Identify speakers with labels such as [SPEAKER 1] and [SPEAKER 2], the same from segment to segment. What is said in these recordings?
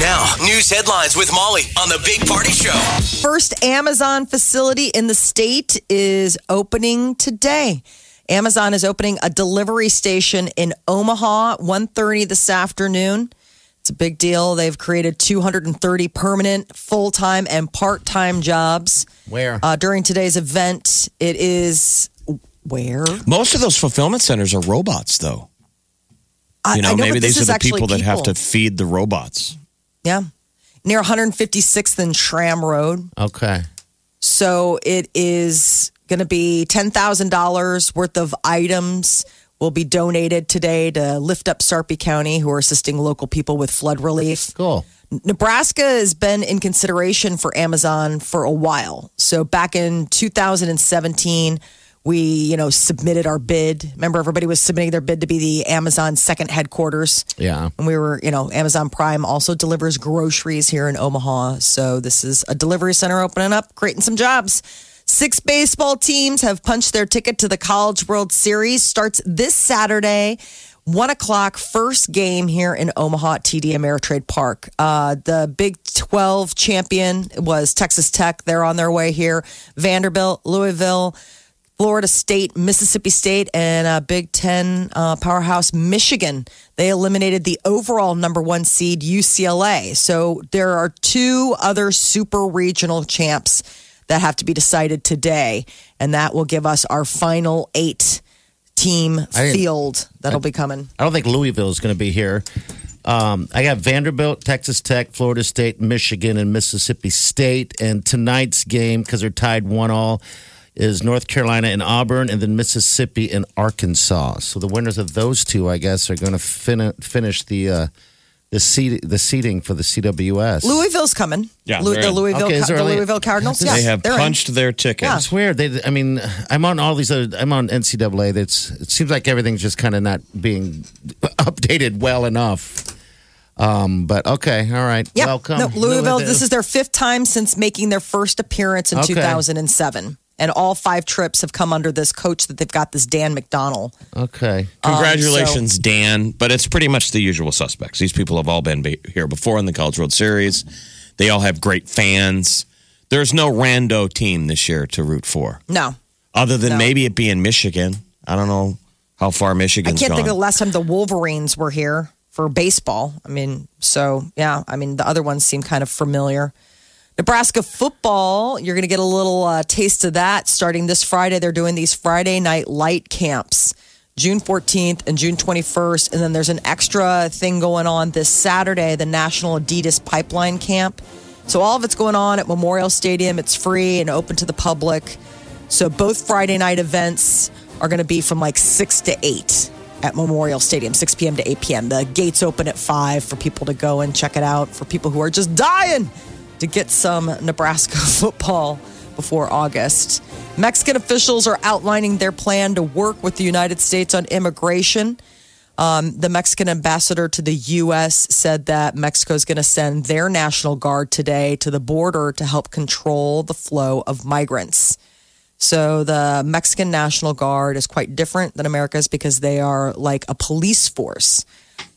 [SPEAKER 1] Now, news headlines with Molly on the Big Party Show.
[SPEAKER 2] First Amazon facility in the state is opening today. Amazon is opening a delivery station in Omaha 1:30 this afternoon. It's a big deal. They've created 230 permanent, full-time and part-time jobs.
[SPEAKER 3] Where?
[SPEAKER 2] Uh, during today's event, it is where?
[SPEAKER 4] Most of those fulfillment centers are robots, though.
[SPEAKER 2] I-
[SPEAKER 4] You know,
[SPEAKER 2] I
[SPEAKER 4] maybe
[SPEAKER 2] but this
[SPEAKER 4] these are
[SPEAKER 2] is
[SPEAKER 4] the
[SPEAKER 2] actually
[SPEAKER 4] people that have to feed the robots.
[SPEAKER 2] Yeah. Near 156th and Tram Road.
[SPEAKER 3] Okay.
[SPEAKER 2] So it is going to be $10,000 worth of items will be donated today to lift up Sarpy County, who are assisting local people with flood relief.
[SPEAKER 3] Cool.
[SPEAKER 2] Nebraska has been in consideration for Amazon for a while. So back in 2017, we, you know, submitted our bid. Remember everybody was submitting their bid to be the Amazon second headquarters.
[SPEAKER 3] Yeah.
[SPEAKER 2] And we were, you know, Amazon Prime also delivers groceries here in Omaha. So this is a delivery center opening up, creating some jobs. Six baseball teams have punched their ticket to the College World Series. Starts this Saturday, one o'clock, first game here in Omaha at TD Ameritrade Park. Uh, the Big 12 champion was Texas Tech. They're on their way here. Vanderbilt, Louisville. Florida State, Mississippi State, and uh, Big Ten uh, powerhouse Michigan. They eliminated the overall number one seed UCLA. So there are two other super regional champs that have to be decided today, and that will give us our final eight team
[SPEAKER 3] I didn't-
[SPEAKER 2] field that'll be coming.
[SPEAKER 3] I don't think Louisville is going to be here. Um, I got Vanderbilt, Texas Tech, Florida State, Michigan, and Mississippi State. And tonight's game, because they're tied one all, is North Carolina and Auburn, and then Mississippi and Arkansas. So the winners of those two, I guess, are going to fin- finish the uh, the seat the seating for the CWS.
[SPEAKER 2] Louisville's coming.
[SPEAKER 4] Yeah,
[SPEAKER 2] Lou-
[SPEAKER 4] they're
[SPEAKER 2] the
[SPEAKER 4] in.
[SPEAKER 2] Louisville,
[SPEAKER 3] Okay, is
[SPEAKER 2] Ca-
[SPEAKER 3] there
[SPEAKER 2] the
[SPEAKER 3] really-
[SPEAKER 2] Louisville Cardinals.
[SPEAKER 3] They
[SPEAKER 4] They
[SPEAKER 2] Yes,
[SPEAKER 4] have
[SPEAKER 2] they're in.
[SPEAKER 4] punched their tickets.
[SPEAKER 2] Yeah.
[SPEAKER 3] It's weird. They, I mean, I'm on all these other. I'm on NCAA. That's. It seems like everything's just kind of not being updated well enough. Um, but okay, all right.
[SPEAKER 2] Yeah.
[SPEAKER 3] Welcome,
[SPEAKER 2] No, Louisville. This is their fifth time since making their first appearance in
[SPEAKER 3] Okay.
[SPEAKER 2] 2007. And all five trips have come under this coach that they've got, this Dan McDonnell.
[SPEAKER 3] okay.
[SPEAKER 2] Um,
[SPEAKER 4] Congratulations,
[SPEAKER 2] Congratulations,
[SPEAKER 4] Dan. But it's pretty much the usual suspects. These people have all been be- here before in the College World Series. They all have great fans. There's no rando team this year to root for,
[SPEAKER 2] No.
[SPEAKER 4] other than
[SPEAKER 2] No.
[SPEAKER 4] maybe it being Michigan. I don't know how far
[SPEAKER 2] I
[SPEAKER 4] Michigan's
[SPEAKER 2] can't
[SPEAKER 4] gone.
[SPEAKER 2] think of the last time the Wolverines were here for baseball. I mean, so yeah, I mean, the other ones seem kind of familiar. Nebraska football, you're going to get a little uh, taste of that starting this Friday. They're doing these Friday night light camps, June 14th and June 21st. And then there's an extra thing going on this Saturday, the National Adidas Pipeline Camp. So all of it's going on at Memorial Stadium. It's free and open to the public. So both Friday night events are going to be from like 6 to 8 at Memorial Stadium, 6 p.m. to 8 p.m. The gates open at 5 for people to go and check it out for people who are just dying to get some Nebraska football before August. Mexican officials are outlining their plan to work with the United States on immigration. Um, the Mexican ambassador to the U.S. said that Mexico is going to send their National Guard today to the border to help control the flow of migrants. So the Mexican National Guard is quite different than America's because they are like a police force.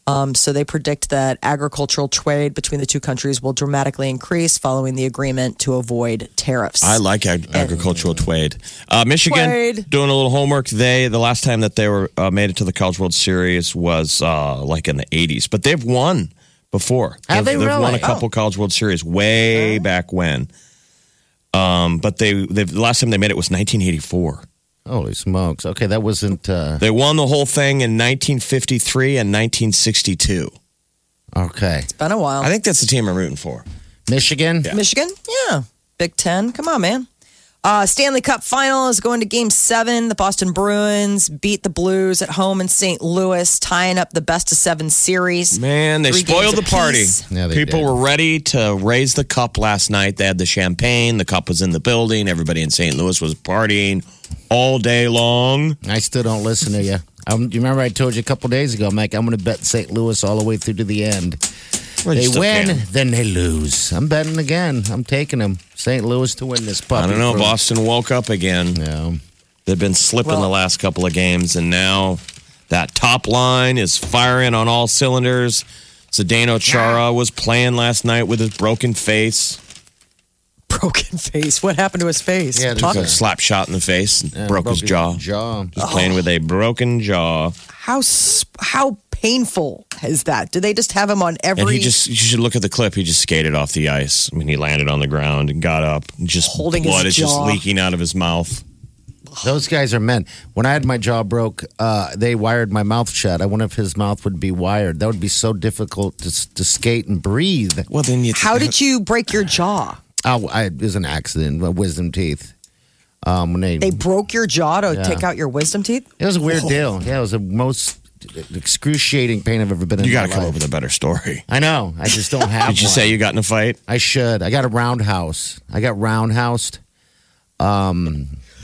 [SPEAKER 2] Um, so they predict that agricultural trade between the two countries will dramatically increase following the agreement to avoid tariffs.
[SPEAKER 4] I like ag- agricultural trade. Uh, Michigan
[SPEAKER 2] Trade.
[SPEAKER 4] doing a little homework. They the last time that they were uh, made it to the College World Series was uh, like in the '80s, but they've won before.
[SPEAKER 3] Have
[SPEAKER 4] they've,
[SPEAKER 3] they
[SPEAKER 4] they've won
[SPEAKER 3] really? Oh.
[SPEAKER 4] a couple College World Series way back when. Um, but they they the last time they made it was 1984.
[SPEAKER 3] Holy smokes. Okay, that wasn't. Uh,
[SPEAKER 4] They won the whole thing in 1953 and 1962.
[SPEAKER 3] okay,
[SPEAKER 2] Been a
[SPEAKER 3] Oh.
[SPEAKER 2] while.
[SPEAKER 4] I think that's the team I'm rooting for.
[SPEAKER 3] Michigan.
[SPEAKER 2] Michigan? Yeah. Big Ten? Come on, man. Uh, Stanley Cup final is going to game seven. The Boston Bruins beat the Blues at home in St. Louis, tying up the best of seven series.
[SPEAKER 4] Man, they
[SPEAKER 2] Three
[SPEAKER 4] spoiled the
[SPEAKER 2] games
[SPEAKER 4] party.
[SPEAKER 2] apiece.
[SPEAKER 3] Yeah, they
[SPEAKER 4] People
[SPEAKER 3] did.
[SPEAKER 4] were ready to raise the cup last night. They had the champagne. The cup was in the building. Everybody in St. Louis was partying all day long.
[SPEAKER 3] I still don't listen to you. Um, you remember I told you a couple days ago, Mike, I'm going to bet St. Louis all the way through to the end.
[SPEAKER 4] Well, you
[SPEAKER 3] They
[SPEAKER 4] still
[SPEAKER 3] win,
[SPEAKER 4] can.
[SPEAKER 3] then they lose. I'm betting again. I'm taking them. St. Louis to win this puppy.
[SPEAKER 4] I don't know.
[SPEAKER 3] for-
[SPEAKER 4] Boston woke up again.
[SPEAKER 3] No.
[SPEAKER 4] They've been slipping the last couple of games, and now that top line is firing on all cylinders. Zdeno Chara was playing last night with his broken face.
[SPEAKER 2] Broken face. What happened to his face?
[SPEAKER 3] Yeah,
[SPEAKER 2] We're
[SPEAKER 3] there's
[SPEAKER 2] talking-
[SPEAKER 4] Got a slap shot in the face, and
[SPEAKER 3] Yeah,
[SPEAKER 4] broke, his jaw.
[SPEAKER 3] Jaw.
[SPEAKER 4] Just playing with a broken jaw.
[SPEAKER 2] how s- how painful is that? Do they just have him on every?
[SPEAKER 4] And he just, you should look at the clip. He just skated off the ice. I mean, he landed on the ground and got up. And just
[SPEAKER 2] Holding his
[SPEAKER 4] blood is just
[SPEAKER 2] jaw.
[SPEAKER 4] leaking out of his mouth.
[SPEAKER 3] Those guys are men. When I had my jaw broke, uh, they wired my mouth shut. I wonder if his mouth would be wired. That would be so difficult to, s- to skate and breathe.
[SPEAKER 4] Well, then you.
[SPEAKER 2] how did you break your jaw?
[SPEAKER 3] Oh, I, it was an accident. My wisdom teeth. Um, when they,
[SPEAKER 2] They broke your jaw to
[SPEAKER 3] Yeah.
[SPEAKER 2] take out your wisdom teeth.
[SPEAKER 3] it was a weird deal. Yeah, it was the most excruciating pain I've ever been in.
[SPEAKER 4] You got
[SPEAKER 3] my
[SPEAKER 4] to come
[SPEAKER 3] life.
[SPEAKER 4] up with a better story.
[SPEAKER 3] I know. I just don't have.
[SPEAKER 4] Did you
[SPEAKER 3] one.
[SPEAKER 4] say you got in a fight?
[SPEAKER 3] I should. I got a roundhouse. I got roundhoused.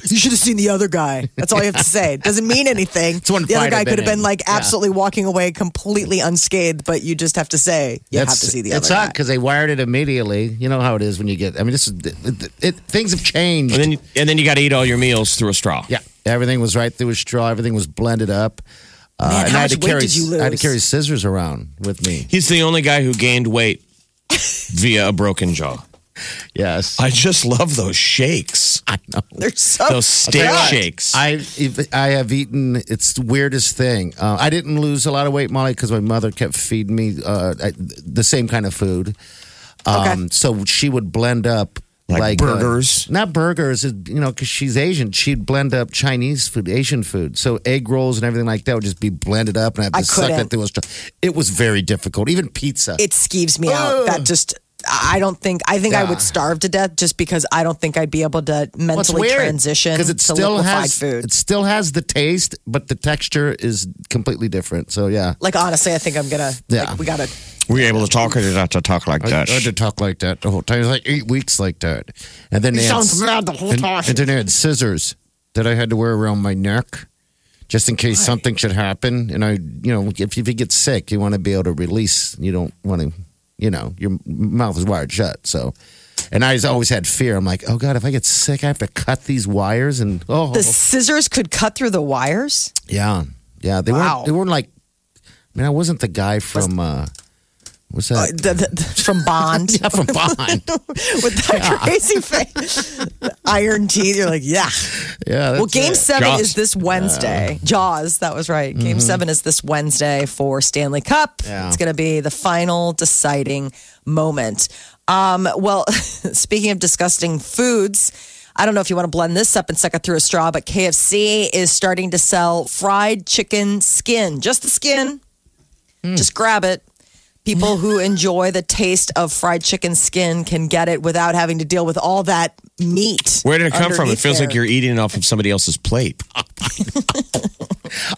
[SPEAKER 2] You should have seen the other guy. That's all you have to say. It doesn't mean anything.
[SPEAKER 3] It's one
[SPEAKER 2] the other
[SPEAKER 3] fight
[SPEAKER 2] guy
[SPEAKER 3] I've
[SPEAKER 2] could have
[SPEAKER 3] been
[SPEAKER 2] been
[SPEAKER 3] in.
[SPEAKER 2] like
[SPEAKER 3] Yeah.
[SPEAKER 2] absolutely walking away completely unscathed, but you just have to say you have to see the other
[SPEAKER 3] It's hot
[SPEAKER 2] guy.
[SPEAKER 3] because they wired it immediately. You know how it is when you get. I mean, this is it, it, it- things have changed.
[SPEAKER 4] And then, you, and then you got to eat all your meals through a straw.
[SPEAKER 3] yeah, everything was right through a straw. Everything was blended up. Uh,
[SPEAKER 2] Man,
[SPEAKER 3] and
[SPEAKER 2] how
[SPEAKER 3] I had
[SPEAKER 2] much
[SPEAKER 3] to
[SPEAKER 2] weight
[SPEAKER 3] carry.
[SPEAKER 2] did you
[SPEAKER 3] I had to
[SPEAKER 2] lose?
[SPEAKER 3] carry scissors around with me.
[SPEAKER 4] He's the only guy who gained weight via a broken jaw.
[SPEAKER 3] Yes,
[SPEAKER 4] I just love those shakes,
[SPEAKER 3] I know.
[SPEAKER 2] They're so
[SPEAKER 4] those steak
[SPEAKER 2] Oh, God.
[SPEAKER 4] shakes.
[SPEAKER 3] I if- I have eaten. It's the weirdest thing. Uh, I didn't lose a lot of weight, Molly, because my mother kept feeding me uh, I, the same kind of food. Um, So she would blend up
[SPEAKER 4] Like
[SPEAKER 3] uh,
[SPEAKER 4] burgers?
[SPEAKER 3] not burgers, it- you know, because she's Asian. She'd blend up Chinese food, Asian food. So egg rolls and everything like that would just be blended up, and I
[SPEAKER 2] I
[SPEAKER 3] had to suck
[SPEAKER 2] couldn't.
[SPEAKER 3] that through. a straw. It was very difficult. Even pizza.
[SPEAKER 2] it skeeves me out. That just I don't think I think I would starve to death just because I don't think I'd be able to mentally transition
[SPEAKER 3] because it
[SPEAKER 2] to
[SPEAKER 3] still
[SPEAKER 2] liquefied
[SPEAKER 3] has
[SPEAKER 2] food.
[SPEAKER 3] it still has the taste, but the texture is completely different. So yeah.
[SPEAKER 2] Like honestly, I think I'm gonna.
[SPEAKER 3] Yeah.
[SPEAKER 2] Like, we gotta.
[SPEAKER 4] Were you able to talk or did I have to talk like
[SPEAKER 3] I, I
[SPEAKER 4] that?
[SPEAKER 3] had to talk like that the whole time. It was like eight weeks like that. And then they had,
[SPEAKER 2] sounds mad the whole
[SPEAKER 3] and,
[SPEAKER 2] time.
[SPEAKER 3] And then they had scissors that I had to wear around my neck just in case something should happen. And I, you know, if, if you get sick, you want to be able to release. You don't want to, you know, your mouth is wired shut. So, and I just always had fear. I'm like, oh God, if I get sick, I have to cut these wires. And oh,
[SPEAKER 2] The scissors could cut through the wires.
[SPEAKER 3] yeah. Yeah. They
[SPEAKER 2] Wow.
[SPEAKER 3] weren't, they weren't like, I mean, I wasn't the guy from, uh, what's that?
[SPEAKER 2] Uh, The- the- the- from Bond
[SPEAKER 3] Uh, yeah, from Bond.
[SPEAKER 2] with that crazy face, iron teeth. You're like, yeah.
[SPEAKER 3] Yeah.
[SPEAKER 2] Well,
[SPEAKER 3] that's
[SPEAKER 2] game
[SPEAKER 3] it.
[SPEAKER 2] seven
[SPEAKER 4] Jaws. Mm-hmm.
[SPEAKER 2] is this Wednesday. Jaws, that was right. Game seven is this Wednesday for Stanley Cup.
[SPEAKER 3] Yeah.
[SPEAKER 2] It's going to be the final deciding moment. Um, well, speaking of disgusting foods, I don't know if you want to blend this up and suck it through a straw, but KFC is starting to sell fried chicken skin, just the skin.
[SPEAKER 4] Hmm.
[SPEAKER 2] Just grab it. People who enjoy the taste of fried chicken skin can get it without having to deal with all that meat.
[SPEAKER 4] Where did it come from? It
[SPEAKER 2] underneath
[SPEAKER 4] feels like
[SPEAKER 2] there.
[SPEAKER 4] you're eating it off of somebody else's plate.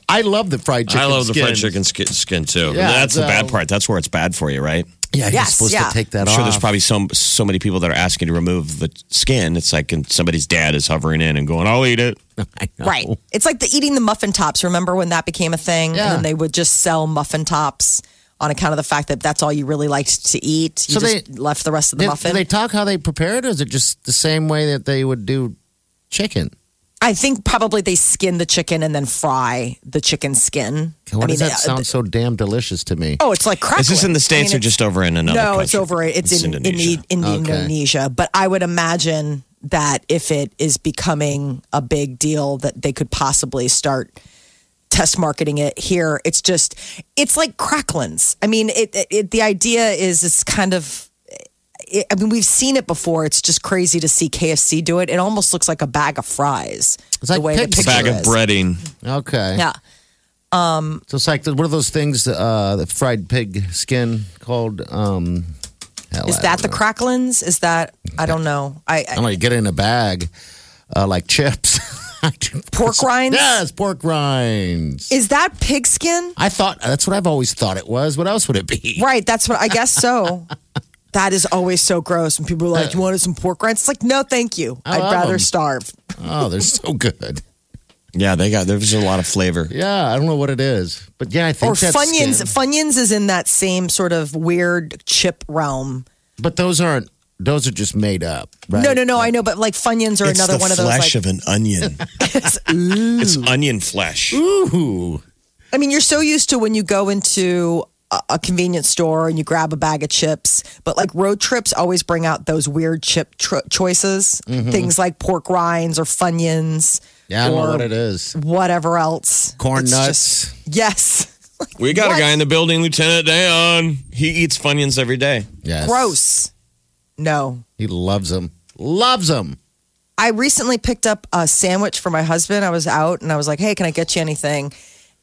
[SPEAKER 3] I love the fried chicken.
[SPEAKER 4] I love the
[SPEAKER 3] skin.
[SPEAKER 4] fried chicken skin, skin too.
[SPEAKER 3] Yeah,
[SPEAKER 4] That's the
[SPEAKER 3] so-
[SPEAKER 4] bad part. That's where it's bad for you, right?
[SPEAKER 3] Yeah,
[SPEAKER 2] Yes,
[SPEAKER 3] you're supposed
[SPEAKER 2] yeah.
[SPEAKER 3] to take that
[SPEAKER 4] I'm sure
[SPEAKER 3] off.
[SPEAKER 4] there's probably so so many people that are asking to remove the skin. It's like and somebody's dad is hovering in and going, "I'll eat it."
[SPEAKER 3] I know.
[SPEAKER 2] Right. It's like the eating the muffin tops. Remember when that became a thing?
[SPEAKER 3] Yeah.
[SPEAKER 2] And then they would just sell muffin tops on account of the fact that that's all you really liked to eat. You
[SPEAKER 3] So
[SPEAKER 2] just
[SPEAKER 3] they-
[SPEAKER 2] left the rest of the
[SPEAKER 3] Did,
[SPEAKER 2] muffin.
[SPEAKER 3] do they talk how they prepare it, or is it just the same way that they would do chicken?
[SPEAKER 2] I think probably they skin the chicken and then fry the chicken skin. I
[SPEAKER 3] Why
[SPEAKER 2] mean,
[SPEAKER 3] does that
[SPEAKER 2] uh,
[SPEAKER 3] sound so damn delicious to me?
[SPEAKER 2] Oh, it's like crackling.
[SPEAKER 4] Is this in the states
[SPEAKER 2] I mean,
[SPEAKER 4] or just over in another?
[SPEAKER 2] No,
[SPEAKER 4] country?
[SPEAKER 2] it's over. It's, in, in
[SPEAKER 4] Indonesia.
[SPEAKER 2] the- in the
[SPEAKER 3] Okay.
[SPEAKER 2] Indonesia. But I would imagine that if it is becoming a big deal, that they could possibly start test marketing it here. It's just, it's like cracklins. I mean, it, it, it the idea is it's kind of. It, I mean, we've seen it before. It's just crazy to see KFC do it. It almost looks like a bag of fries.
[SPEAKER 3] It's like
[SPEAKER 2] the way the
[SPEAKER 3] pig's
[SPEAKER 2] picture
[SPEAKER 4] bag of
[SPEAKER 2] is.
[SPEAKER 4] breading.
[SPEAKER 3] Okay.
[SPEAKER 2] Oh. Yeah.
[SPEAKER 3] So it's like the, what are those things? Uh, the fried pig skin called. Um, hell,
[SPEAKER 2] Is
[SPEAKER 3] I
[SPEAKER 2] that
[SPEAKER 3] don't
[SPEAKER 2] the
[SPEAKER 3] know.
[SPEAKER 2] cracklins? Is that I don't know. I,
[SPEAKER 3] I don't know. You get it in a bag. uh, like chips.
[SPEAKER 2] Pork rinds?
[SPEAKER 3] Yes, pork rinds.
[SPEAKER 2] Is that pigskin?
[SPEAKER 3] I thought that's what I've always thought it was. What else would it be?
[SPEAKER 2] Right. That's what I guess so. that is always so gross when people are like, "You wanted some pork rinds?" It's like, no, thank you.
[SPEAKER 3] Uh. I
[SPEAKER 2] I'd
[SPEAKER 3] love
[SPEAKER 2] rather
[SPEAKER 3] 'em.
[SPEAKER 2] starve.
[SPEAKER 3] Oh, they're so good.
[SPEAKER 4] Yeah, they got there's a lot of flavor.
[SPEAKER 3] Yeah, I don't know what it is, but yeah, I think
[SPEAKER 2] Or
[SPEAKER 3] that's
[SPEAKER 2] funyuns.
[SPEAKER 3] skin.
[SPEAKER 2] Funyuns is in that same sort of weird chip realm.
[SPEAKER 3] But those aren't. Those are just made up, right?
[SPEAKER 2] No, no, no. I know, but like funyuns are another one of those. Like,
[SPEAKER 4] of an onion. it's onion flesh.
[SPEAKER 3] Ooh,
[SPEAKER 2] I mean, you're so used to when you go into a, a convenience store and you grab a bag of chips, but like road trips always bring out those weird chip tr- choices,
[SPEAKER 3] Mm-hmm.
[SPEAKER 2] things like pork rinds or funyuns.
[SPEAKER 3] yeah, I don't
[SPEAKER 2] or
[SPEAKER 3] know what it is.
[SPEAKER 2] Whatever else.
[SPEAKER 3] Corn
[SPEAKER 2] It's just-
[SPEAKER 3] nuts.
[SPEAKER 2] yes.
[SPEAKER 4] We got a guy in the building, Lieutenant Dan. He eats Funyuns every day.
[SPEAKER 3] yes,
[SPEAKER 2] Gross. No.
[SPEAKER 3] He loves them. Loves them.
[SPEAKER 2] I recently picked up a sandwich for my husband. I was out and I was like, hey, can I get you anything?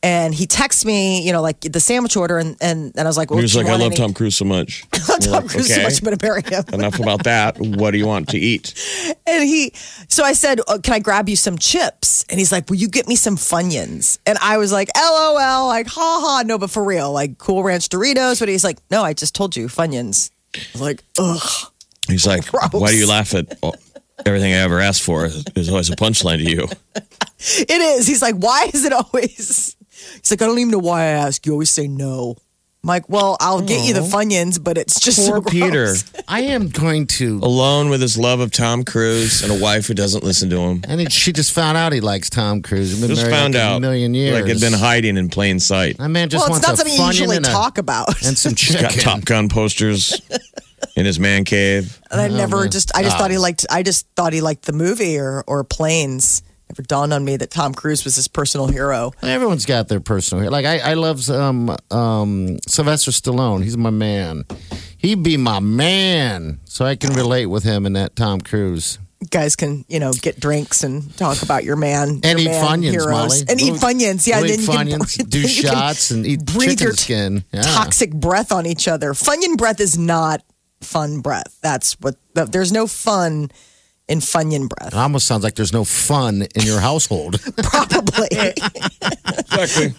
[SPEAKER 2] And he texts me, you know, like the sandwich order. And, and, and I was like, well,
[SPEAKER 4] he was
[SPEAKER 2] do you
[SPEAKER 4] like, I
[SPEAKER 2] want
[SPEAKER 4] love
[SPEAKER 2] any-
[SPEAKER 4] Tom Cruise so much.
[SPEAKER 2] I love Tom
[SPEAKER 4] We're like,
[SPEAKER 2] Cruise so
[SPEAKER 4] okay.
[SPEAKER 2] much, I'm going to bury him.
[SPEAKER 4] Enough about that. What do you want to eat?
[SPEAKER 2] And he, so I said, oh, can I grab you some chips? And he's like, will you get me some Funyuns? And I was like, LOL, like, ha ha, no, but for real, like Cool Ranch Doritos. But he's like, no, I just told you, Funyuns. I was like, ugh.
[SPEAKER 4] He's like,
[SPEAKER 2] Gross.
[SPEAKER 4] Why do you laugh at oh, everything I ever asked for? There's always a punchline to you.
[SPEAKER 2] It is. He's like, why is it always? He's like, I don't even know why I ask. You always say no. I'm like, well, I'll get you the Funyuns, but it's just
[SPEAKER 4] Poor
[SPEAKER 2] so gross.
[SPEAKER 4] Peter,
[SPEAKER 3] I am going to.
[SPEAKER 4] alone with his love of Tom Cruise and a wife who doesn't listen to him.
[SPEAKER 3] And it, she just found out he likes Tom Cruise. He's Been
[SPEAKER 4] Just
[SPEAKER 3] married
[SPEAKER 4] found
[SPEAKER 3] like
[SPEAKER 4] out.
[SPEAKER 3] a million years.
[SPEAKER 4] Like, had been hiding in plain sight.
[SPEAKER 3] That man just
[SPEAKER 2] Well, it's
[SPEAKER 3] wants
[SPEAKER 2] not
[SPEAKER 3] a
[SPEAKER 2] something you
[SPEAKER 3] Funyun
[SPEAKER 2] usually
[SPEAKER 3] and a-
[SPEAKER 2] talk about.
[SPEAKER 3] and some chicken.
[SPEAKER 4] Got Top Gun posters in his man cave.
[SPEAKER 2] And I never just, I just thought he liked, I just thought he liked the movie or or planes. Never dawned on me that Tom Cruise was his personal hero.
[SPEAKER 3] Everyone's got their personal. Like I, I love um, um, Sylvester Stallone. He's my man. He'd be my man, so I can relate with him and that Tom Cruise.
[SPEAKER 2] You guys can, you know, get drinks and talk about your man
[SPEAKER 3] And
[SPEAKER 2] your
[SPEAKER 3] eat
[SPEAKER 2] man
[SPEAKER 3] Funyuns,
[SPEAKER 2] heroes.
[SPEAKER 3] Molly.
[SPEAKER 2] and eat
[SPEAKER 3] We'll-
[SPEAKER 2] Funyuns. Yeah,
[SPEAKER 3] we'll
[SPEAKER 2] and then
[SPEAKER 3] eat
[SPEAKER 2] you
[SPEAKER 3] Funyuns,
[SPEAKER 2] can
[SPEAKER 3] do
[SPEAKER 2] then you can
[SPEAKER 3] shots and eat
[SPEAKER 2] breathe
[SPEAKER 3] chicken
[SPEAKER 2] your
[SPEAKER 3] skin. Yeah.
[SPEAKER 2] Toxic breath on each other. Funyun breath is not fun breath. That's what. th- There's no fun in Funyun breath.
[SPEAKER 3] It almost sounds like there's no fun in your household.
[SPEAKER 2] Probably
[SPEAKER 4] Exactly.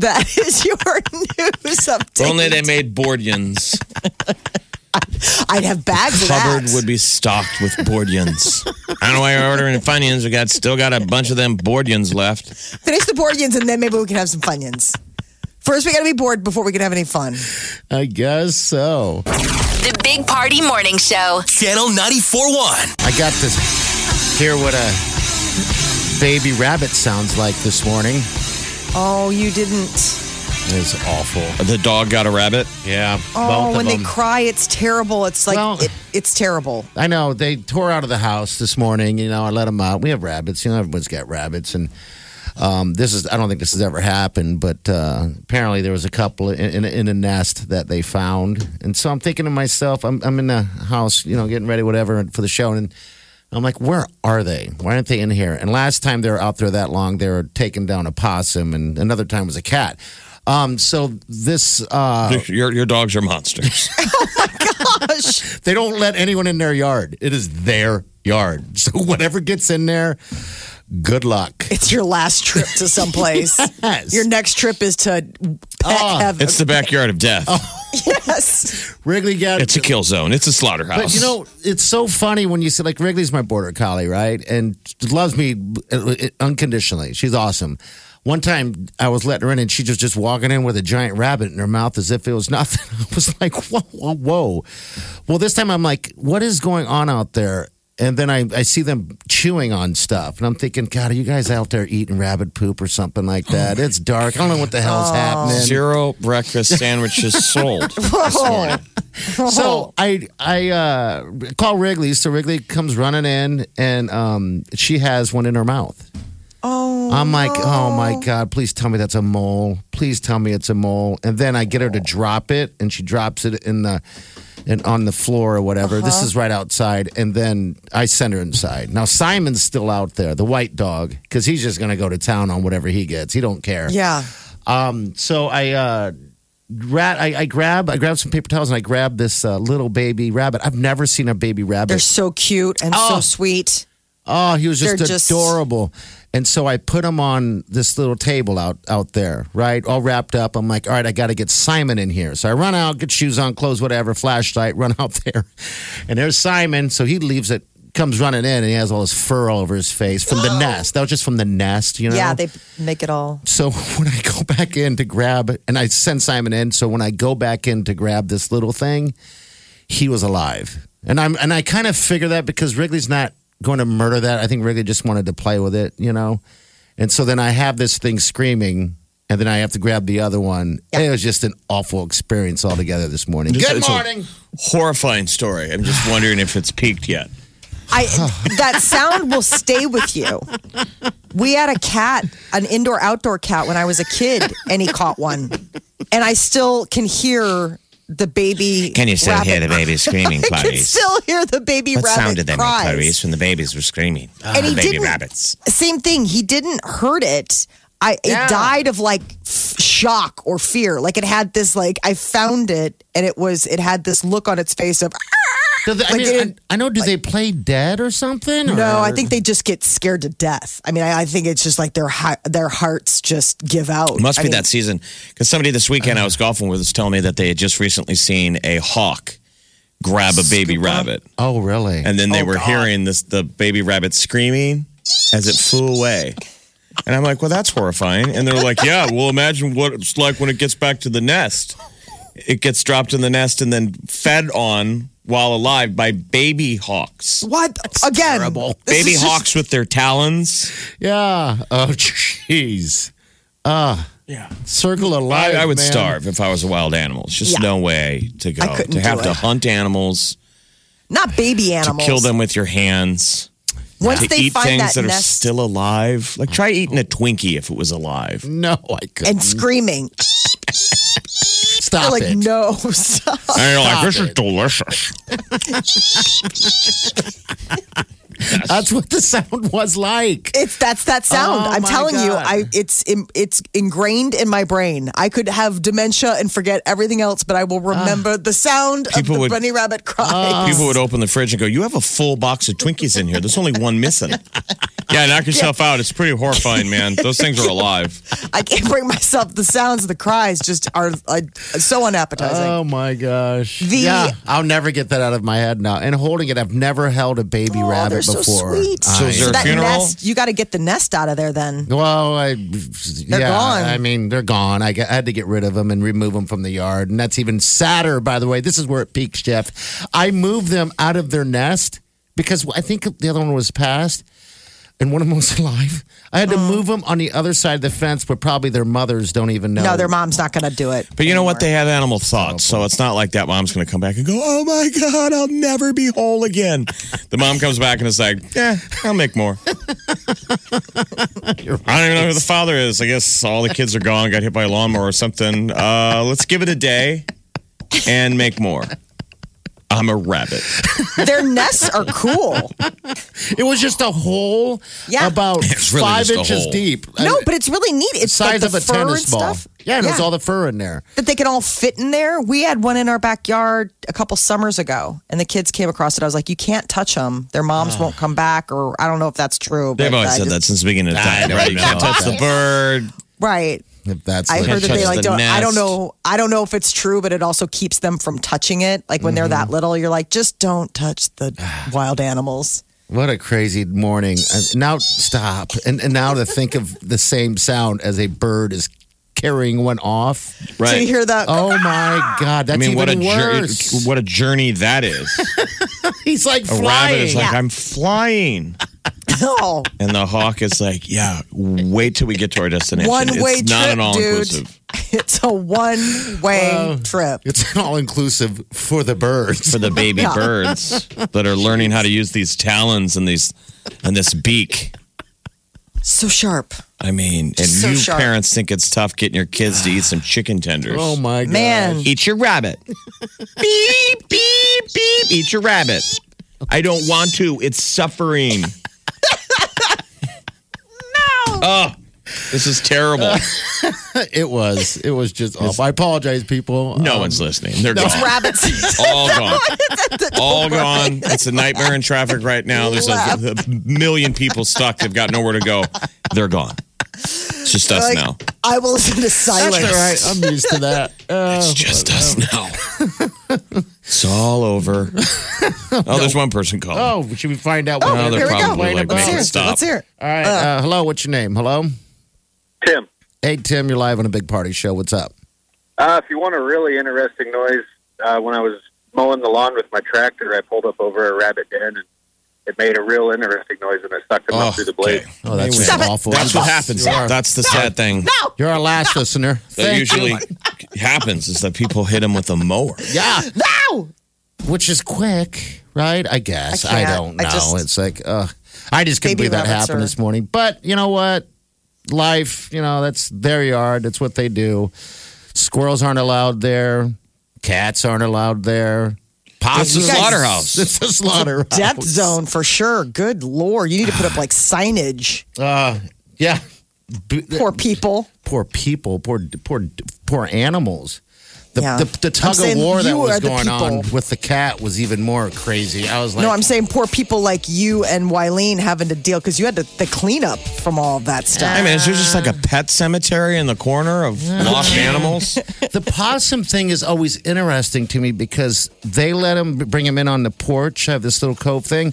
[SPEAKER 2] that is your news update.
[SPEAKER 4] Only they made Bordians.
[SPEAKER 2] I'd have bags of
[SPEAKER 4] Cupboard
[SPEAKER 2] that.
[SPEAKER 4] would be stocked with Bordians. I don't know why you're ordering Funyuns. We got still got a bunch of them Bordians left.
[SPEAKER 2] Finish the Borgians and then maybe we can have some Funyuns. First, we got to be bored before we can have any fun.
[SPEAKER 3] I guess so.
[SPEAKER 5] The Big Party Morning Show.
[SPEAKER 1] Channel 941.
[SPEAKER 3] I got to hear what a baby rabbit sounds like this morning.
[SPEAKER 2] Oh, you didn't.
[SPEAKER 3] It's awful.
[SPEAKER 4] The dog got a rabbit.
[SPEAKER 3] Yeah,
[SPEAKER 2] Oh,
[SPEAKER 3] both of
[SPEAKER 2] when they
[SPEAKER 3] them.
[SPEAKER 2] cry, it's terrible. It's like
[SPEAKER 3] Well-
[SPEAKER 2] it, it's terrible.
[SPEAKER 3] I know they tore out of the house this morning. You know, I let them out. We have rabbits. You know, everyone's got rabbits, and um, this is—I don't think this has ever happened, but uh, apparently there was a couple in, in, in a nest that they found, and so I'm thinking to myself, I'm, I'm in the house, you know, getting ready, whatever, for the show, and I'm like, where are they? Why aren't they in here? And last time they were out there that long, they were taking down a possum, and another time was a cat. Um, so this, uh,
[SPEAKER 4] Your, your dogs are monsters.
[SPEAKER 3] they don't let anyone in their yard. It is their yard. So whatever gets in there, good luck.
[SPEAKER 2] It's your last trip to someplace.
[SPEAKER 3] Yes. Ah,
[SPEAKER 2] Your next trip is to pet heaven.
[SPEAKER 4] It's the backyard of death.
[SPEAKER 2] yes.
[SPEAKER 3] Wrigley got
[SPEAKER 4] It's a kill zone. It's a slaughterhouse.
[SPEAKER 3] But you know, it's so funny when you say like Wrigley's my border collie, right? And loves me uh, unconditionally. She's awesome. One time I was letting her in, and she was just walking in with a giant rabbit in her mouth as if it was nothing. I was like, whoa, whoa, whoa. Well, this time I'm like, what is going on out there? And then I, I see them chewing on stuff, and I'm thinking, God, are you guys out there eating rabbit poop or something like that? it's dark. I don't know what the hell's happening.
[SPEAKER 4] Zero breakfast sandwiches sold. this
[SPEAKER 2] Oh.
[SPEAKER 4] morning.
[SPEAKER 3] So I I uh, call Wrigley. So Wrigley comes running in, and um, she has one in her mouth.
[SPEAKER 2] Oh,
[SPEAKER 3] I'm like, oh my god! Please tell me that's a mole. Please tell me it's a mole. And then I get her to drop it, and she drops it in the and on the floor or whatever. This is right outside, and then I send her inside. Now Simon's still out there, the white dog, because he's just gonna go to town on whatever he gets. He don't care.
[SPEAKER 2] yeah.
[SPEAKER 3] Um, so I uh, rat, I, I grab, I grab some paper towels and I grab this uh, little baby rabbit. I've never seen a baby rabbit.
[SPEAKER 2] They're so cute and so sweet.
[SPEAKER 3] Oh, he was just
[SPEAKER 2] They're just-
[SPEAKER 3] adorable. And so I put him on this little table out out there, right? All wrapped up. I'm like, all right, I got to get Simon in here. So I run out, get shoes on, clothes, whatever, flashlight, run out there, and there's Simon. So he leaves it, comes running in, and he has all his fur all over his face from the nest. That was just from the nest, you know.
[SPEAKER 2] Yeah, they make it all.
[SPEAKER 3] So when I go back in to grab, and I send Simon in. So when I go back in to grab this little thing, he was alive, and I'm and I kind of figure that because Wrigley's not going to murder that. I think Wrigley just wanted to play with it, you know. And so then I have this thing screaming, and then I have to grab the other one. It was just an awful experience altogether this morning.
[SPEAKER 4] Just-
[SPEAKER 3] Good
[SPEAKER 4] it's a
[SPEAKER 3] morning.
[SPEAKER 4] Horrifying story. I'm just wondering if it's peaked yet.
[SPEAKER 2] I that sound will stay with you. We had a cat, an indoor outdoor cat when I was a kid and he caught one. And I still can hear the baby rabbit.
[SPEAKER 4] baby screaming,
[SPEAKER 2] I can still hear the baby rabbit cries.
[SPEAKER 4] when the babies were screaming? Ah,
[SPEAKER 2] And he didn't- Same thing. He didn't hurt it. I it
[SPEAKER 3] Yeah.
[SPEAKER 2] died of like f- shock or fear. Like it had this like I found it and it was it had this look on its face of "Ah!"
[SPEAKER 3] Do they- I,
[SPEAKER 2] Like,
[SPEAKER 3] mean,
[SPEAKER 2] it-
[SPEAKER 3] I, I know. Do they play dead or something?
[SPEAKER 2] No,
[SPEAKER 3] or-
[SPEAKER 2] I think they just get scared to death. I mean, I, I think it's just like their hi- their hearts just give out.
[SPEAKER 4] Must
[SPEAKER 2] I Uh-huh.
[SPEAKER 4] be
[SPEAKER 2] mean,
[SPEAKER 4] that season. Because somebody this weekend I was golfing with was telling me that they had just recently seen a hawk grab a baby rabbit.
[SPEAKER 3] Oh, really?
[SPEAKER 4] And then they were hearing this the baby rabbit screaming as it flew away. And I'm like, well, that's horrifying. And they're like, yeah, well, imagine what it's like when it gets back to the nest. It gets dropped in the nest and then fed on while alive by baby hawks.
[SPEAKER 2] What again? this
[SPEAKER 4] baby
[SPEAKER 2] is just-
[SPEAKER 4] hawks with their talons.
[SPEAKER 3] yeah. Oh, jeez. Ah. yeah. Circle of life.
[SPEAKER 4] I, I would
[SPEAKER 3] man.
[SPEAKER 4] starve if I was a wild animal. It's just
[SPEAKER 2] Yeah.
[SPEAKER 4] no way to go.
[SPEAKER 2] I couldn't
[SPEAKER 4] to have
[SPEAKER 2] do
[SPEAKER 4] to
[SPEAKER 2] it.
[SPEAKER 4] hunt animals,
[SPEAKER 2] Not baby animals.
[SPEAKER 4] to kill them with your hands,
[SPEAKER 2] Once
[SPEAKER 4] to
[SPEAKER 2] they
[SPEAKER 4] eat
[SPEAKER 2] find
[SPEAKER 4] things
[SPEAKER 2] that,
[SPEAKER 4] that, are
[SPEAKER 2] nest
[SPEAKER 4] still alive. Like try eating a Twinkie if it was alive.
[SPEAKER 3] No, I couldn't.
[SPEAKER 4] Mm.
[SPEAKER 2] and screaming.
[SPEAKER 3] Stop
[SPEAKER 2] They're like,
[SPEAKER 3] it.
[SPEAKER 2] no, stop.
[SPEAKER 4] And you're
[SPEAKER 3] Stop
[SPEAKER 4] like, this is
[SPEAKER 3] it.
[SPEAKER 4] delicious.
[SPEAKER 3] That's what the sound was like.
[SPEAKER 2] It's that's that sound.
[SPEAKER 3] Oh,
[SPEAKER 2] I'm
[SPEAKER 3] my
[SPEAKER 2] telling you,
[SPEAKER 3] God.
[SPEAKER 2] I it's in, it's ingrained in my brain. I could have dementia and forget everything else, but I will remember the sound of
[SPEAKER 4] People
[SPEAKER 2] the
[SPEAKER 4] would-
[SPEAKER 2] bunny rabbit
[SPEAKER 3] Oh.
[SPEAKER 2] cries.
[SPEAKER 4] People would open the fridge and go, You have a full box of Twinkies in here. There's only one missing. yeah, knock yourself out. It's pretty horrifying, man. Those things are alive.
[SPEAKER 2] I can't bring myself. The sounds of the cries just are uh, so unappetizing.
[SPEAKER 3] Oh my gosh.
[SPEAKER 2] The-
[SPEAKER 3] yeah, I'll never get that out of my head now. And holding it, I've never held a baby
[SPEAKER 2] Oh,
[SPEAKER 3] rabbit
[SPEAKER 2] they're so
[SPEAKER 3] before.
[SPEAKER 2] sweet.
[SPEAKER 3] I-
[SPEAKER 4] So is there a
[SPEAKER 2] that
[SPEAKER 4] funeral?
[SPEAKER 2] nest, you got to get the nest out of there then.
[SPEAKER 3] well, I, yeah,
[SPEAKER 2] gone.
[SPEAKER 3] I mean, they're gone. I, got- I had to get rid of them and remove them from the yard. And that's even sadder, by the way. This is where it peaks, Jeff. I moved them out of their nest because I think the other one was passed and one of them was alive. I had to
[SPEAKER 2] Oh.
[SPEAKER 3] move them on the other side of the fence, but probably their mothers don't even know.
[SPEAKER 2] No, their mom's not going to do it.
[SPEAKER 4] But you know what? They have animal thoughts. So it's not like that mom's going to come back and go, oh my God, I'll never be whole again. The mom comes back and is like, yeah, I'll make more. I don't even know who the father is. I guess all the kids are gone, got hit by a lawnmower or something. Uh, let's give it a day and make more. I'm a rabbit.
[SPEAKER 2] Their nests are cool.
[SPEAKER 3] It was just a hole
[SPEAKER 2] Yeah.
[SPEAKER 3] about
[SPEAKER 4] It's really
[SPEAKER 3] five
[SPEAKER 4] just a
[SPEAKER 3] inches
[SPEAKER 4] hole.
[SPEAKER 3] deep.
[SPEAKER 2] No,
[SPEAKER 3] I-
[SPEAKER 2] but it's really neat. It's like
[SPEAKER 3] size
[SPEAKER 2] the
[SPEAKER 3] of a
[SPEAKER 2] fur
[SPEAKER 3] tennis
[SPEAKER 2] and
[SPEAKER 3] ball.
[SPEAKER 2] Stuff.
[SPEAKER 3] Yeah, and it was all the fur in there.
[SPEAKER 2] that they can all fit in there. We had one in our backyard a couple summers ago, and the kids came across it. I was like, you can't touch them. Their
[SPEAKER 3] Ah.
[SPEAKER 2] moms won't come back, or I don't know if that's true.
[SPEAKER 4] They've always said that since the beginning of time, right? You can't touch the bird.
[SPEAKER 2] Right.
[SPEAKER 3] If that's
[SPEAKER 2] I
[SPEAKER 3] what
[SPEAKER 2] heard
[SPEAKER 3] it
[SPEAKER 2] that they
[SPEAKER 4] touches
[SPEAKER 2] like
[SPEAKER 4] the
[SPEAKER 2] don't. I
[SPEAKER 4] nest.
[SPEAKER 2] don't know. I don't know if it's true, but it also keeps them from touching it. Like when they're
[SPEAKER 3] Mm-hmm.
[SPEAKER 2] that little, you're like, just don't touch the wild animals.
[SPEAKER 3] What a crazy morning. Uh, Now stop. And, and now to think of the same sound as a bird is carrying one off.
[SPEAKER 4] Right.
[SPEAKER 2] So you hear that?
[SPEAKER 3] Oh my God. That's
[SPEAKER 4] I mean,
[SPEAKER 3] even
[SPEAKER 4] what a, jour-
[SPEAKER 3] worse.
[SPEAKER 4] what a journey that is.
[SPEAKER 3] He's like
[SPEAKER 4] A rabbit
[SPEAKER 3] flying.
[SPEAKER 4] is like, I'm flying.
[SPEAKER 2] Oh.
[SPEAKER 4] And the hawk is like, yeah, wait till we get to our destination.
[SPEAKER 2] One
[SPEAKER 4] it's
[SPEAKER 2] way
[SPEAKER 4] not
[SPEAKER 2] trip,
[SPEAKER 4] an all
[SPEAKER 2] dude.
[SPEAKER 4] inclusive
[SPEAKER 2] It's a one way trip.
[SPEAKER 3] It's an all inclusive for the birds.
[SPEAKER 4] for the baby
[SPEAKER 2] Yeah.
[SPEAKER 4] birds that are learning how to use these talons and these and this beak.
[SPEAKER 2] So sharp.
[SPEAKER 4] I mean, and
[SPEAKER 2] So
[SPEAKER 4] you
[SPEAKER 2] sharp.
[SPEAKER 4] parents think it's tough getting your kids to eat some chicken tenders.
[SPEAKER 3] Oh my God.
[SPEAKER 2] Man.
[SPEAKER 4] Eat your rabbit. beep beep beep. Eat your rabbit. I don't want to. It's suffering. no. Oh, This is terrible.
[SPEAKER 3] It was. It was just awful. I apologize, people.
[SPEAKER 4] No
[SPEAKER 3] Um,
[SPEAKER 4] one's listening. They're gone.
[SPEAKER 2] Rabbits.
[SPEAKER 4] all gone. all gone. It's a nightmare in traffic right now. There's a, a million people stuck. They've got nowhere to go. They're gone. It's just us
[SPEAKER 2] Like,
[SPEAKER 4] now.
[SPEAKER 2] I will listen to silence.
[SPEAKER 3] That's all right. I'm used to that. Uh,
[SPEAKER 4] It's just us now. it's all over. Oh, there's one person calling.
[SPEAKER 3] oh, should we find out? what
[SPEAKER 4] No, they're
[SPEAKER 2] Here we go.
[SPEAKER 4] probably like,
[SPEAKER 3] Let's
[SPEAKER 4] make
[SPEAKER 3] hear
[SPEAKER 4] it
[SPEAKER 3] it.
[SPEAKER 4] stop.
[SPEAKER 2] Let's hear it.
[SPEAKER 3] All right. Uh, hello. What's your name? Hello.
[SPEAKER 6] Tim,
[SPEAKER 3] Hey, Tim. You're live on a big party show. What's up?
[SPEAKER 6] uh, if you want a really interesting noise, uh, when I was mowing the lawn with my tractor, I pulled up over a rabbit den and it made a real interesting noise and I sucked him
[SPEAKER 4] Oh,
[SPEAKER 6] up through the blade.
[SPEAKER 4] okay.
[SPEAKER 3] Oh, that's
[SPEAKER 2] Stop it.
[SPEAKER 3] awful.
[SPEAKER 4] That's
[SPEAKER 3] You
[SPEAKER 4] what
[SPEAKER 3] are-
[SPEAKER 4] happens.
[SPEAKER 3] You are,
[SPEAKER 4] That's the sad thing
[SPEAKER 3] you're our last listener. Thank
[SPEAKER 4] that
[SPEAKER 3] you.
[SPEAKER 4] usually happens is that people hit them with a mower.
[SPEAKER 3] Yeah.
[SPEAKER 2] No!
[SPEAKER 3] Which is quick, right? I guess.
[SPEAKER 2] I
[SPEAKER 3] I,
[SPEAKER 2] can't.
[SPEAKER 3] don't know.
[SPEAKER 2] I just-
[SPEAKER 3] it's like, ugh. I just couldn't
[SPEAKER 2] Baby
[SPEAKER 3] believe that
[SPEAKER 2] rabbits
[SPEAKER 3] happened
[SPEAKER 2] are-
[SPEAKER 3] this morning. But you know what? Life, you know, that's their yard. That's what they do. Squirrels aren't allowed there. Cats aren't allowed there.
[SPEAKER 4] It's
[SPEAKER 3] Possums.
[SPEAKER 4] a slaughterhouse.
[SPEAKER 3] It's a slaughterhouse.
[SPEAKER 2] Death zone for sure. Good lord. You need to put up like signage.
[SPEAKER 3] Uh, yeah. B-
[SPEAKER 2] Poor people.
[SPEAKER 3] poor people, poor poor poor animals. The,
[SPEAKER 2] Yeah.
[SPEAKER 3] the, the
[SPEAKER 2] I'm
[SPEAKER 3] tug of
[SPEAKER 2] saying
[SPEAKER 3] war that
[SPEAKER 2] you
[SPEAKER 3] was
[SPEAKER 2] are the
[SPEAKER 3] going on
[SPEAKER 2] people.
[SPEAKER 3] with the cat was even more crazy. I was like,
[SPEAKER 2] No, I'm saying poor people like you and Wileen having to deal because you had to, the cleanup from all that stuff.
[SPEAKER 4] I mean, is there just like a pet cemetery in the corner of lost animals?
[SPEAKER 3] the possum thing is always interesting to me because they let him bring him in on the porch, have this little cove thing.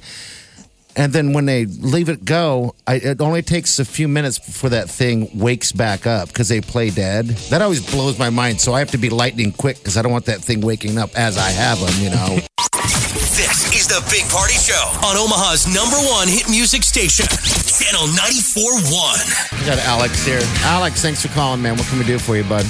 [SPEAKER 3] And then when they leave it go, I, it only takes a few minutes before that thing wakes back up because they play dead. That always blows my mind. So I have to be lightning quick because I don't want that thing waking up as I have him, you know.
[SPEAKER 1] This is the Big Party Show on Omaha's number one hit music station, Channel 94.1.
[SPEAKER 3] We got Alex here. Alex, thanks for calling, man. What can we do for you, bud?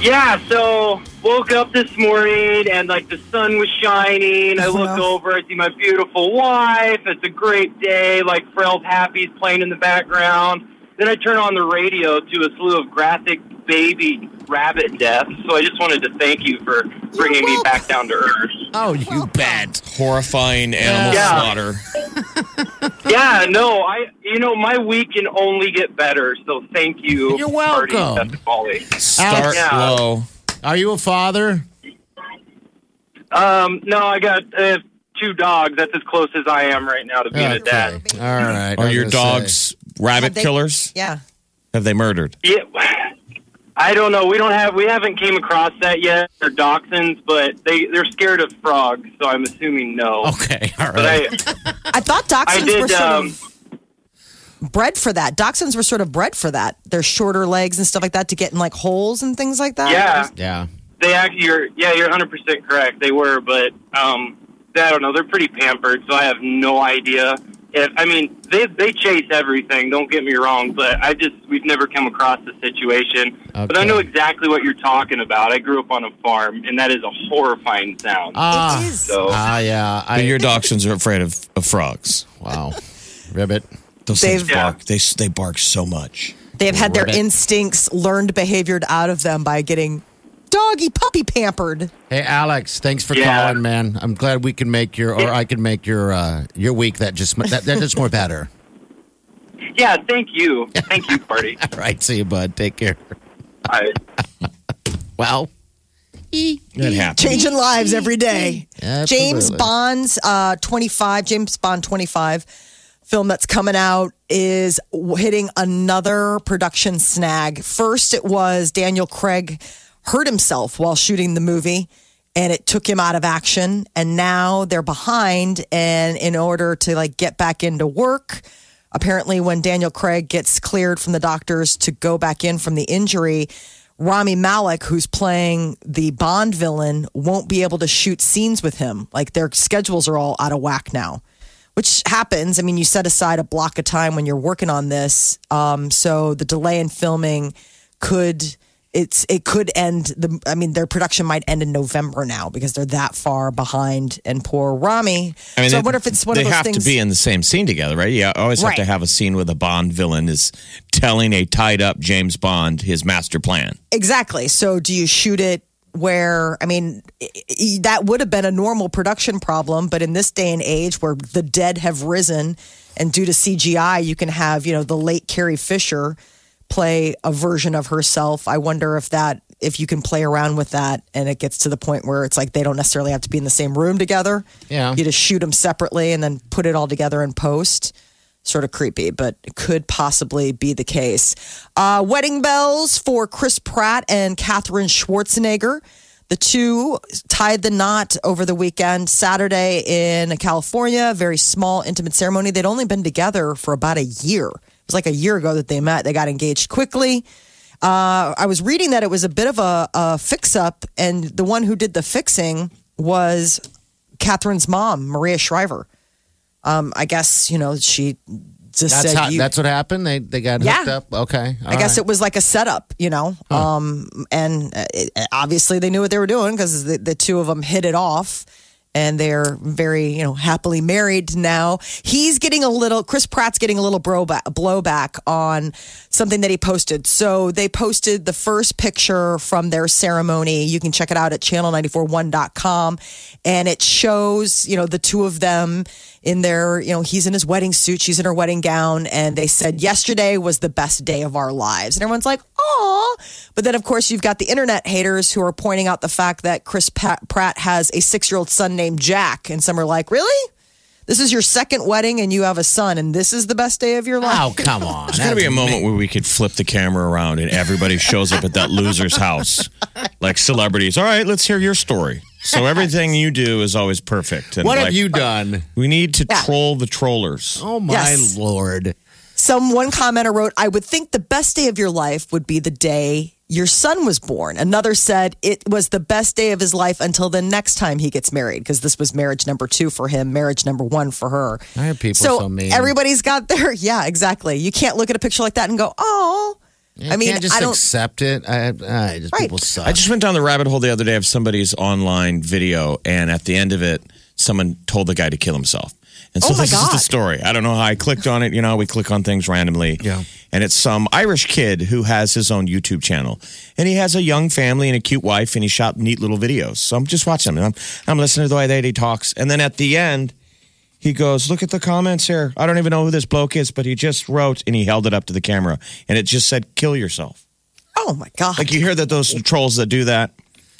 [SPEAKER 7] Yeah, so woke up this morning and like the sun was shining. I look over, I see my beautiful wife. It's a great day. Like Frel Pappy's playing in the background. Then I turn on the radio to a slew of graphic baby rabbit deaths. So I just wanted to thank you for bringing me back down to earth.
[SPEAKER 3] Oh, you bet.
[SPEAKER 4] Horrifying animal
[SPEAKER 7] Yeah.
[SPEAKER 4] slaughter.
[SPEAKER 7] Yeah, no, I you know my week can only get better. So thank you.
[SPEAKER 3] You're
[SPEAKER 7] Marty and
[SPEAKER 3] welcome.
[SPEAKER 7] Dr. Pauly.
[SPEAKER 4] Start
[SPEAKER 7] Yeah.
[SPEAKER 4] low.
[SPEAKER 3] Are you a father?
[SPEAKER 7] Um, no, I got uh, two dogs. That's as close as I am right now to being a
[SPEAKER 3] Okay.
[SPEAKER 7] dad.
[SPEAKER 3] All right. I
[SPEAKER 4] Are
[SPEAKER 3] was
[SPEAKER 4] your
[SPEAKER 3] gonna
[SPEAKER 4] dogs
[SPEAKER 3] say.
[SPEAKER 4] rabbit
[SPEAKER 2] Have they-
[SPEAKER 4] killers?
[SPEAKER 2] Yeah.
[SPEAKER 4] Have they murdered?
[SPEAKER 7] Yeah, I don't know. We don't have. We haven't came across that yet. They're dachshunds, but they they're scared of frogs, so I'm assuming no.
[SPEAKER 3] Okay. All
[SPEAKER 7] But
[SPEAKER 3] right.
[SPEAKER 7] I
[SPEAKER 2] I thought
[SPEAKER 7] I
[SPEAKER 2] dachshunds were
[SPEAKER 7] did.
[SPEAKER 2] sort
[SPEAKER 7] Um,
[SPEAKER 2] of bred for that. Dachshunds were sort of bred for that. Their shorter legs and stuff like that to get in like holes and things like that.
[SPEAKER 7] yeah,
[SPEAKER 3] Yeah.
[SPEAKER 7] they act. You're yeah, you're 100 percent correct. They were, but um, I don't know. They're pretty pampered, so I have no idea. If I mean, they they chase everything. Don't get me wrong, but I just we've never come across the situation. But I
[SPEAKER 3] Okay.
[SPEAKER 7] know exactly what you're talking about. I grew up on a farm, and that is a horrifying sound.
[SPEAKER 3] Ah.
[SPEAKER 2] is.
[SPEAKER 7] so.
[SPEAKER 3] Ah, yeah. I,
[SPEAKER 4] But your dachshunds are afraid of, of frogs.
[SPEAKER 3] wow. Ribbit.
[SPEAKER 4] Those
[SPEAKER 2] They've-
[SPEAKER 4] things bark. They they bark so much.
[SPEAKER 2] They've had their
[SPEAKER 3] Rabbit.
[SPEAKER 2] instincts learned behavior out of them by getting doggy puppy pampered.
[SPEAKER 3] Hey, Alex. Thanks for
[SPEAKER 7] Yeah.
[SPEAKER 3] calling, man. I'm glad we can make your, or I can make your, uh, your week that just that, that just more better.
[SPEAKER 7] Yeah, thank you. Thank you, Party.
[SPEAKER 3] All right. See you, bud. Take care.
[SPEAKER 7] I,
[SPEAKER 3] Well,
[SPEAKER 4] It happens.
[SPEAKER 2] changing lives every day.
[SPEAKER 3] Absolutely.
[SPEAKER 2] James Bond's uh, 25, James Bond 25 film that's coming out is w- hitting another production snag. First, it was Daniel Craig hurt himself while shooting the movie. And it took him out of action, and now they're behind. And in order to like get back into work, apparently when daniel craig gets cleared from the doctors to go back in from the injury rami malik who's playing the bond villain won't be able to shoot scenes with him like their schedules are all out of whack now which happens i mean you set aside a block of time when you're working on this um, so the delay in filming could it's it could end the i mean their production might end in november now because they're that far behind and poor rami so i
[SPEAKER 4] they-
[SPEAKER 2] wonder if it's one
[SPEAKER 4] they
[SPEAKER 2] of those
[SPEAKER 4] have
[SPEAKER 2] things
[SPEAKER 4] to be in the same scene together, right? Yeah, always have to
[SPEAKER 2] Right.
[SPEAKER 4] have a scene with a Bond villain is telling a tied up James Bond his master plan.
[SPEAKER 2] Exactly. So do you shoot it where I mean i- i- that would have been a normal production problem, but in this day and age where the dead have risen, and due to CGI, you can have you know the late Carrie Fisher play a version of herself. I wonder if that if you can play around with that, and it gets to the point where it's like they don't necessarily have to be in the same room together.
[SPEAKER 3] Yeah.
[SPEAKER 2] you just shoot them separately and then put it all together in post. Sort of creepy, but it could possibly be the case. Uh, wedding bells for Chris Pratt and Katherine Schwarzenegger. The two tied the knot over the weekend, Saturday in California. Very small, intimate ceremony. They'd only been together for about a year. It was like a year ago that they met. They got engaged quickly. Uh, I was reading that it was a bit of a, a fix up, and the one who did the fixing was Catherine's mom, Maria Shriver. Um, I guess you know she just
[SPEAKER 3] That's
[SPEAKER 2] said
[SPEAKER 3] how,
[SPEAKER 2] you,
[SPEAKER 3] that's what happened. They they got
[SPEAKER 2] Yeah.
[SPEAKER 3] hooked up. Okay,
[SPEAKER 2] I guess it was like a setup, you know. Um, and uh, it, obviously they knew what they were doing because the, the two of them hit it off, and they're very, you know, happily married now. He's getting a little. Chris Pratt's getting a little bro ba- blowback on something that he posted. So they posted the first picture from their ceremony. You can check it out at channel941.com, and it shows, you know, the two of them in their, you know, he's in his wedding suit, she's in her wedding gown, and they said yesterday was the best day of our lives. And everyone's like, "Oh!" But then, of course, you've got the internet haters who are pointing out the fact that Chris Pat- Pratt has a six-year-old son named Jack, and some are like, "Really? This is your second wedding, and you have a son, and this is the best day of your life?"
[SPEAKER 3] Oh come on!
[SPEAKER 4] There's gotta be a moment where we could flip the camera around and everybody shows up at that loser's house, like celebrities. All right, let's hear your story. So everything you do is always perfect. And
[SPEAKER 3] What
[SPEAKER 4] like,
[SPEAKER 3] have you done?
[SPEAKER 4] We need to
[SPEAKER 2] Yeah.
[SPEAKER 4] troll the trollers.
[SPEAKER 3] Oh my
[SPEAKER 2] Yes.
[SPEAKER 3] lord!
[SPEAKER 2] Some one commenter wrote, I would think the best day of your life would be the day your son was born. Another said it was the best day of his life until the next time he gets married, because this was marriage number two for him, marriage number one for her.
[SPEAKER 3] I have people
[SPEAKER 2] so
[SPEAKER 3] so mean.
[SPEAKER 2] everybody's got their yeah, exactly. You can't look at a picture like that and go, oh. I mean,
[SPEAKER 3] can't just
[SPEAKER 2] I don't.
[SPEAKER 3] accept it. I, I just
[SPEAKER 2] Right.
[SPEAKER 3] people suck.
[SPEAKER 4] I just went down the rabbit hole the other day of somebody's online video, and at the end of it, someone told the guy to kill himself. And so
[SPEAKER 2] Oh, my
[SPEAKER 4] this is the
[SPEAKER 2] God.
[SPEAKER 4] story. I don't know how I clicked on it. You know, how we click on things randomly.
[SPEAKER 3] Yeah.
[SPEAKER 4] And it's some Irish kid who has his own YouTube channel, and he has a young family and a cute wife, and he shot neat little videos. So I'm just watching him, and I'm, I'm listening to the way that he talks, and then at the end. He goes, Look at the comments here. I don't even know who this bloke is, but he just wrote and he held it up to the camera and it just said, Kill yourself.
[SPEAKER 2] Oh my god!
[SPEAKER 4] Like you hear that those trolls that do that.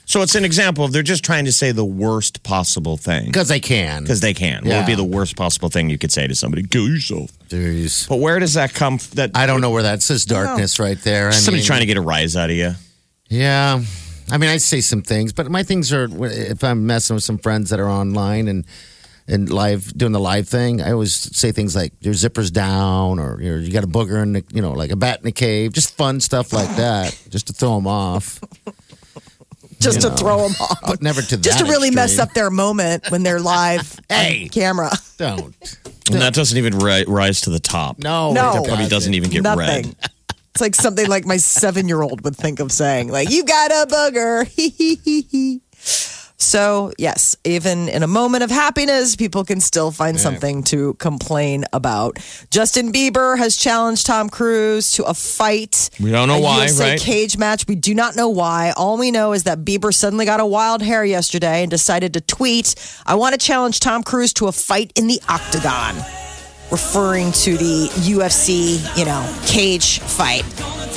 [SPEAKER 4] So it's an example of they're just trying to say the worst possible thing
[SPEAKER 3] because I can.
[SPEAKER 4] because they can. What would be
[SPEAKER 3] Yeah.
[SPEAKER 4] the worst possible thing you could say to somebody? Kill yourself.
[SPEAKER 3] Jeez.
[SPEAKER 4] But where does that come? f- That
[SPEAKER 3] I don't know where that's this darkness right there. I
[SPEAKER 4] somebody
[SPEAKER 3] mean,
[SPEAKER 4] trying to get a rise out of you.
[SPEAKER 3] Yeah. I mean, I say some things, but my things are if I'm messing with some friends that are online and and live doing the live thing, I always say things like your zipper's down or you, know, you got a booger in the, you know, like a bat in the cave, just fun stuff like that, just to throw them off.
[SPEAKER 2] just to throw them off,
[SPEAKER 3] But never to
[SPEAKER 2] just to
[SPEAKER 3] that
[SPEAKER 2] really mess
[SPEAKER 3] extreme.
[SPEAKER 2] up their moment when they're live
[SPEAKER 3] Hey.
[SPEAKER 2] on camera.
[SPEAKER 3] Don't.
[SPEAKER 4] And that doesn't even ri- rise to the top.
[SPEAKER 3] No.
[SPEAKER 2] No.
[SPEAKER 3] it
[SPEAKER 4] That probably doesn't even get
[SPEAKER 2] Nothing.
[SPEAKER 4] read.
[SPEAKER 2] It's like something like my seven year old would think of saying, like, you got a booger. Hee, hee, hee, hee. so, yes, even in a moment of happiness, people can still find something to complain about. Justin Bieber has challenged Tom Cruise to a fight.
[SPEAKER 4] We don't know
[SPEAKER 2] a
[SPEAKER 4] why,
[SPEAKER 2] USA
[SPEAKER 4] right?
[SPEAKER 2] Cage match. We do not know why. All we know is that Bieber suddenly got a wild hair yesterday and decided to tweet, I want to challenge Tom Cruise to a fight in the octagon referring to the UFC, you know, cage fight.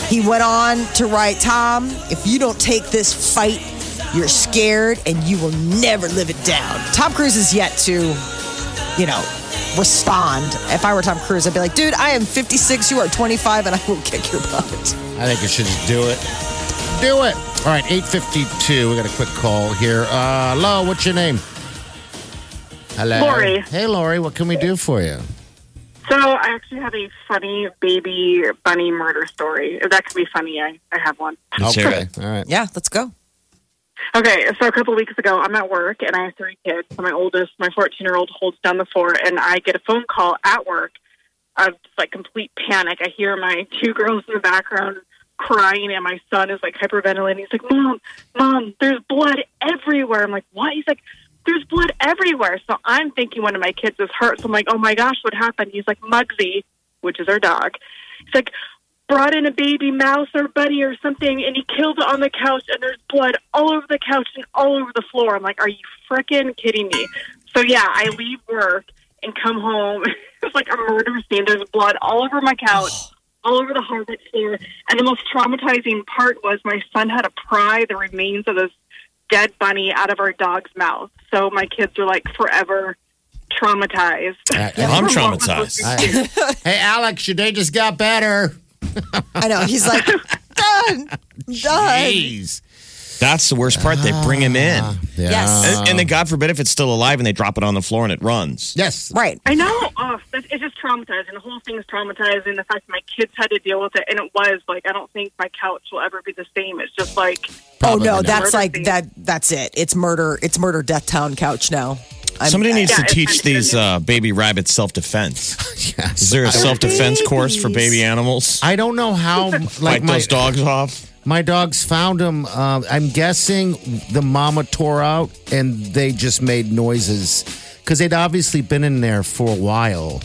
[SPEAKER 2] He went on to write, Tom, if you don't take this fight, you're scared and you will never live it down. Tom Cruise is yet to, you know, respond. If I were Tom Cruise, I'd be like, dude, I am 56, you are 25, and I will kick your butt.
[SPEAKER 3] I think you should just do it. Do it. All right, 852. We got a quick call here. Uh, hello, what's your name? Hello.
[SPEAKER 7] Lori.
[SPEAKER 3] Hey, Lori, what can we do for you?
[SPEAKER 7] So I actually have a funny baby bunny murder story. If that could be funny, I, I have one.
[SPEAKER 4] Let's hear
[SPEAKER 3] okay.
[SPEAKER 4] it.
[SPEAKER 3] All right.
[SPEAKER 2] Yeah, let's go.
[SPEAKER 7] Okay, so a couple of weeks ago, I'm at work and I have three kids. So my oldest, my 14 year old, holds down the fort, and I get a phone call at work of just like complete panic. I hear my two girls in the background crying, and my son is like hyperventilating. He's like, "Mom, mom, there's blood everywhere." I'm like, "What?" He's like, "There's blood everywhere." So I'm thinking one of my kids is hurt. So I'm like, "Oh my gosh, what happened?" He's like, "Mugsy," which is our dog. He's like, brought in a baby mouse or bunny or something, and he killed it on the couch, and there's blood all over the couch and all over the floor. I'm like, are you frickin' kidding me? So yeah, I leave work and come home. it's like a murder scene. There's blood all over my couch. All over the hardwood floor, and the most traumatizing part was my son had to pry the remains of this dead bunny out of our dog's mouth. So my kids are like forever traumatized.
[SPEAKER 3] I- I-
[SPEAKER 4] I'm
[SPEAKER 7] From what was
[SPEAKER 4] traumatized.
[SPEAKER 7] listed.
[SPEAKER 3] I- Uh, hey, Alex, your day just got better.
[SPEAKER 2] I know. He's like, done, done.
[SPEAKER 3] Jeez.
[SPEAKER 4] That's the worst part. They bring him in.
[SPEAKER 3] Yeah.
[SPEAKER 2] Yes.
[SPEAKER 4] And, and
[SPEAKER 3] Um.
[SPEAKER 4] then, God forbid, if it's still alive and they drop it on the floor and it runs.
[SPEAKER 3] Yes.
[SPEAKER 2] Right.
[SPEAKER 7] I know. Oh, that's, it's just traumatizing. The whole thing is traumatizing. The fact that my kids had to deal with it, and it was like I don't think my couch will ever be the same. It's just like
[SPEAKER 2] Oh
[SPEAKER 3] Probably
[SPEAKER 2] no,
[SPEAKER 3] not.
[SPEAKER 2] that's
[SPEAKER 7] Murder
[SPEAKER 2] like
[SPEAKER 7] scene.
[SPEAKER 2] that. That's it. It's murder. It's murder. Death town couch now. I'm-
[SPEAKER 4] Somebody needs
[SPEAKER 7] Yeah,
[SPEAKER 4] to
[SPEAKER 7] it's
[SPEAKER 4] teach
[SPEAKER 7] kind of
[SPEAKER 4] these uh, baby rabbits self defense. Is
[SPEAKER 3] Yes.
[SPEAKER 4] there a self defense course for
[SPEAKER 2] babies.
[SPEAKER 4] baby animals?
[SPEAKER 3] I don't know how like
[SPEAKER 4] Like
[SPEAKER 3] my,
[SPEAKER 4] those dogs off.
[SPEAKER 3] my dogs found him. Uh, I'm guessing the mama tore out and they just made noises because they'd obviously been in there for a while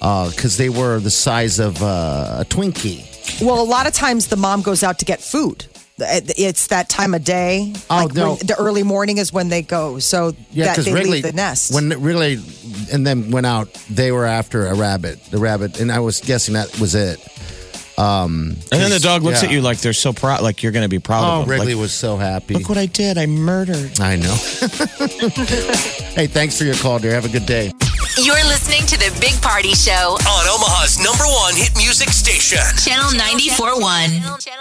[SPEAKER 3] because they were the size of uh, a Twinkie.
[SPEAKER 2] Well, a lot of times the mom goes out to get food. It's that time of day.
[SPEAKER 3] Oh,
[SPEAKER 2] Like,
[SPEAKER 3] no.
[SPEAKER 2] when- the early morning is when they go. So
[SPEAKER 3] Yeah,
[SPEAKER 2] that
[SPEAKER 3] because
[SPEAKER 2] they
[SPEAKER 3] Wrigley,
[SPEAKER 2] leave the nest.
[SPEAKER 3] when Wrigley and them went out, they were after a rabbit, the rabbit, and I was guessing that was it.
[SPEAKER 4] And then the dog looks
[SPEAKER 3] Yeah.
[SPEAKER 4] at you like they're so proud, like you're going to be proud
[SPEAKER 3] Oh,
[SPEAKER 4] of them.
[SPEAKER 3] Wrigley
[SPEAKER 4] Like,
[SPEAKER 3] was so happy.
[SPEAKER 4] Look what I did. I murdered.
[SPEAKER 3] I know. hey, thanks for your call, dear. Have a good day.
[SPEAKER 5] You're listening to the Big Party Show,
[SPEAKER 1] On Omaha's number one hit music station.
[SPEAKER 5] Channel 94.1.